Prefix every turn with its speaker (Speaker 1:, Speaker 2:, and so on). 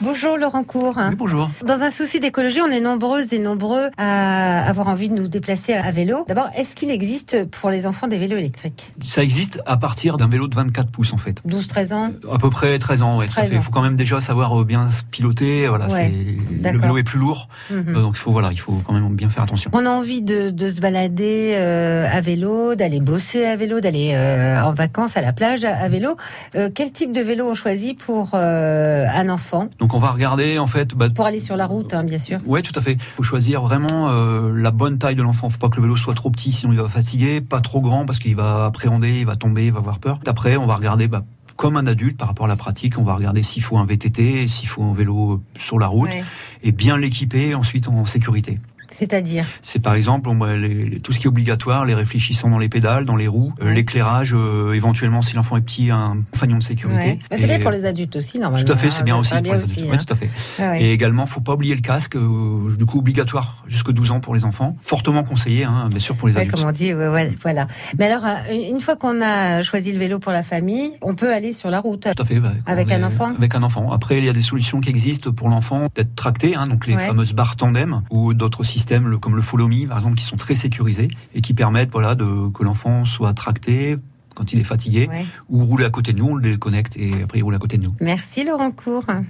Speaker 1: Bonjour Laurent Cour.
Speaker 2: Oui, bonjour.
Speaker 1: Dans un souci d'écologie, on est nombreuses et nombreux à avoir envie de nous déplacer à vélo. D'abord, est-ce qu'il existe pour les enfants des vélos électriques
Speaker 2: Ça existe à partir d'un vélo de 24 pouces en fait.
Speaker 1: 12-13 ans
Speaker 2: À peu près 13 ans, ouais, tout à
Speaker 1: 13
Speaker 2: fait.
Speaker 1: ans.
Speaker 2: Il faut quand même déjà savoir euh, bien se piloter. Voilà,
Speaker 1: Ouais,
Speaker 2: c'est... Le
Speaker 1: d'accord.
Speaker 2: vélo est plus lourd,
Speaker 1: Mhm.
Speaker 2: euh, donc il faut, voilà, il faut quand même bien faire attention.
Speaker 1: On a envie de, de se balader euh, à vélo, d'aller bosser à vélo, d'aller euh, en vacances à la plage à, à vélo. Euh, quel type de vélo on choisit pour euh, un enfant
Speaker 2: Donc on va regarder en fait. Bah,
Speaker 1: Pour aller sur la route, hein, bien sûr.
Speaker 2: Ouais, tout à fait. Faut choisir vraiment euh, la bonne taille de l'enfant. Faut pas que le vélo soit trop petit, sinon il va fatiguer. Pas trop grand parce qu'il va appréhender, il va tomber, il va avoir peur. Après, on va regarder. bah, comme un adulte par rapport à la pratique, on va regarder s'il faut un VTT, s'il faut un vélo sur la route,
Speaker 1: Ouais.
Speaker 2: et bien l'équiper ensuite en sécurité.
Speaker 1: C'est-à-dire
Speaker 2: C'est par exemple bon, bah, les- les- tout ce qui est obligatoire, les réfléchissants dans les pédales, dans les roues, euh,
Speaker 1: Ouais.
Speaker 2: l'éclairage, euh, éventuellement si l'enfant est petit, un fanion de sécurité.
Speaker 1: Ouais. Bah, C'est bien
Speaker 2: Et-
Speaker 1: pour les adultes aussi, normalement.
Speaker 2: Tout à fait,
Speaker 1: hein,
Speaker 2: c'est bien
Speaker 1: ça
Speaker 2: aussi
Speaker 1: sera
Speaker 2: pour les adultes. Ouais,
Speaker 1: hein.
Speaker 2: tout à fait.
Speaker 1: Ah ouais.
Speaker 2: Et également, faut pas oublier le casque, euh, du coup obligatoire jusque 12 ans pour les enfants, fortement conseillé, hein, bien sûr pour les
Speaker 1: Ouais,
Speaker 2: adultes.
Speaker 1: comme on dit, ouais, ouais, voilà. Mais alors, euh, une fois qu'on a choisi le vélo pour la famille, on peut aller sur la route.
Speaker 2: Tout à fait. bah,
Speaker 1: Avec
Speaker 2: on
Speaker 1: un
Speaker 2: est-
Speaker 1: enfant
Speaker 2: Avec un enfant. Après, il y a des solutions qui existent pour l'enfant d'être tracté, hein, donc les
Speaker 1: Ouais.
Speaker 2: fameuses barres tandem ou d'autres systèmes le- comme le Follow Me, par exemple, qui sont très sécurisés et qui permettent voilà, de, que l'enfant soit tracté quand il est fatigué
Speaker 1: Ouais.
Speaker 2: ou rouler à côté de nous, on le déconnecte et après il roule à côté de nous.
Speaker 1: Merci Laurent Cour.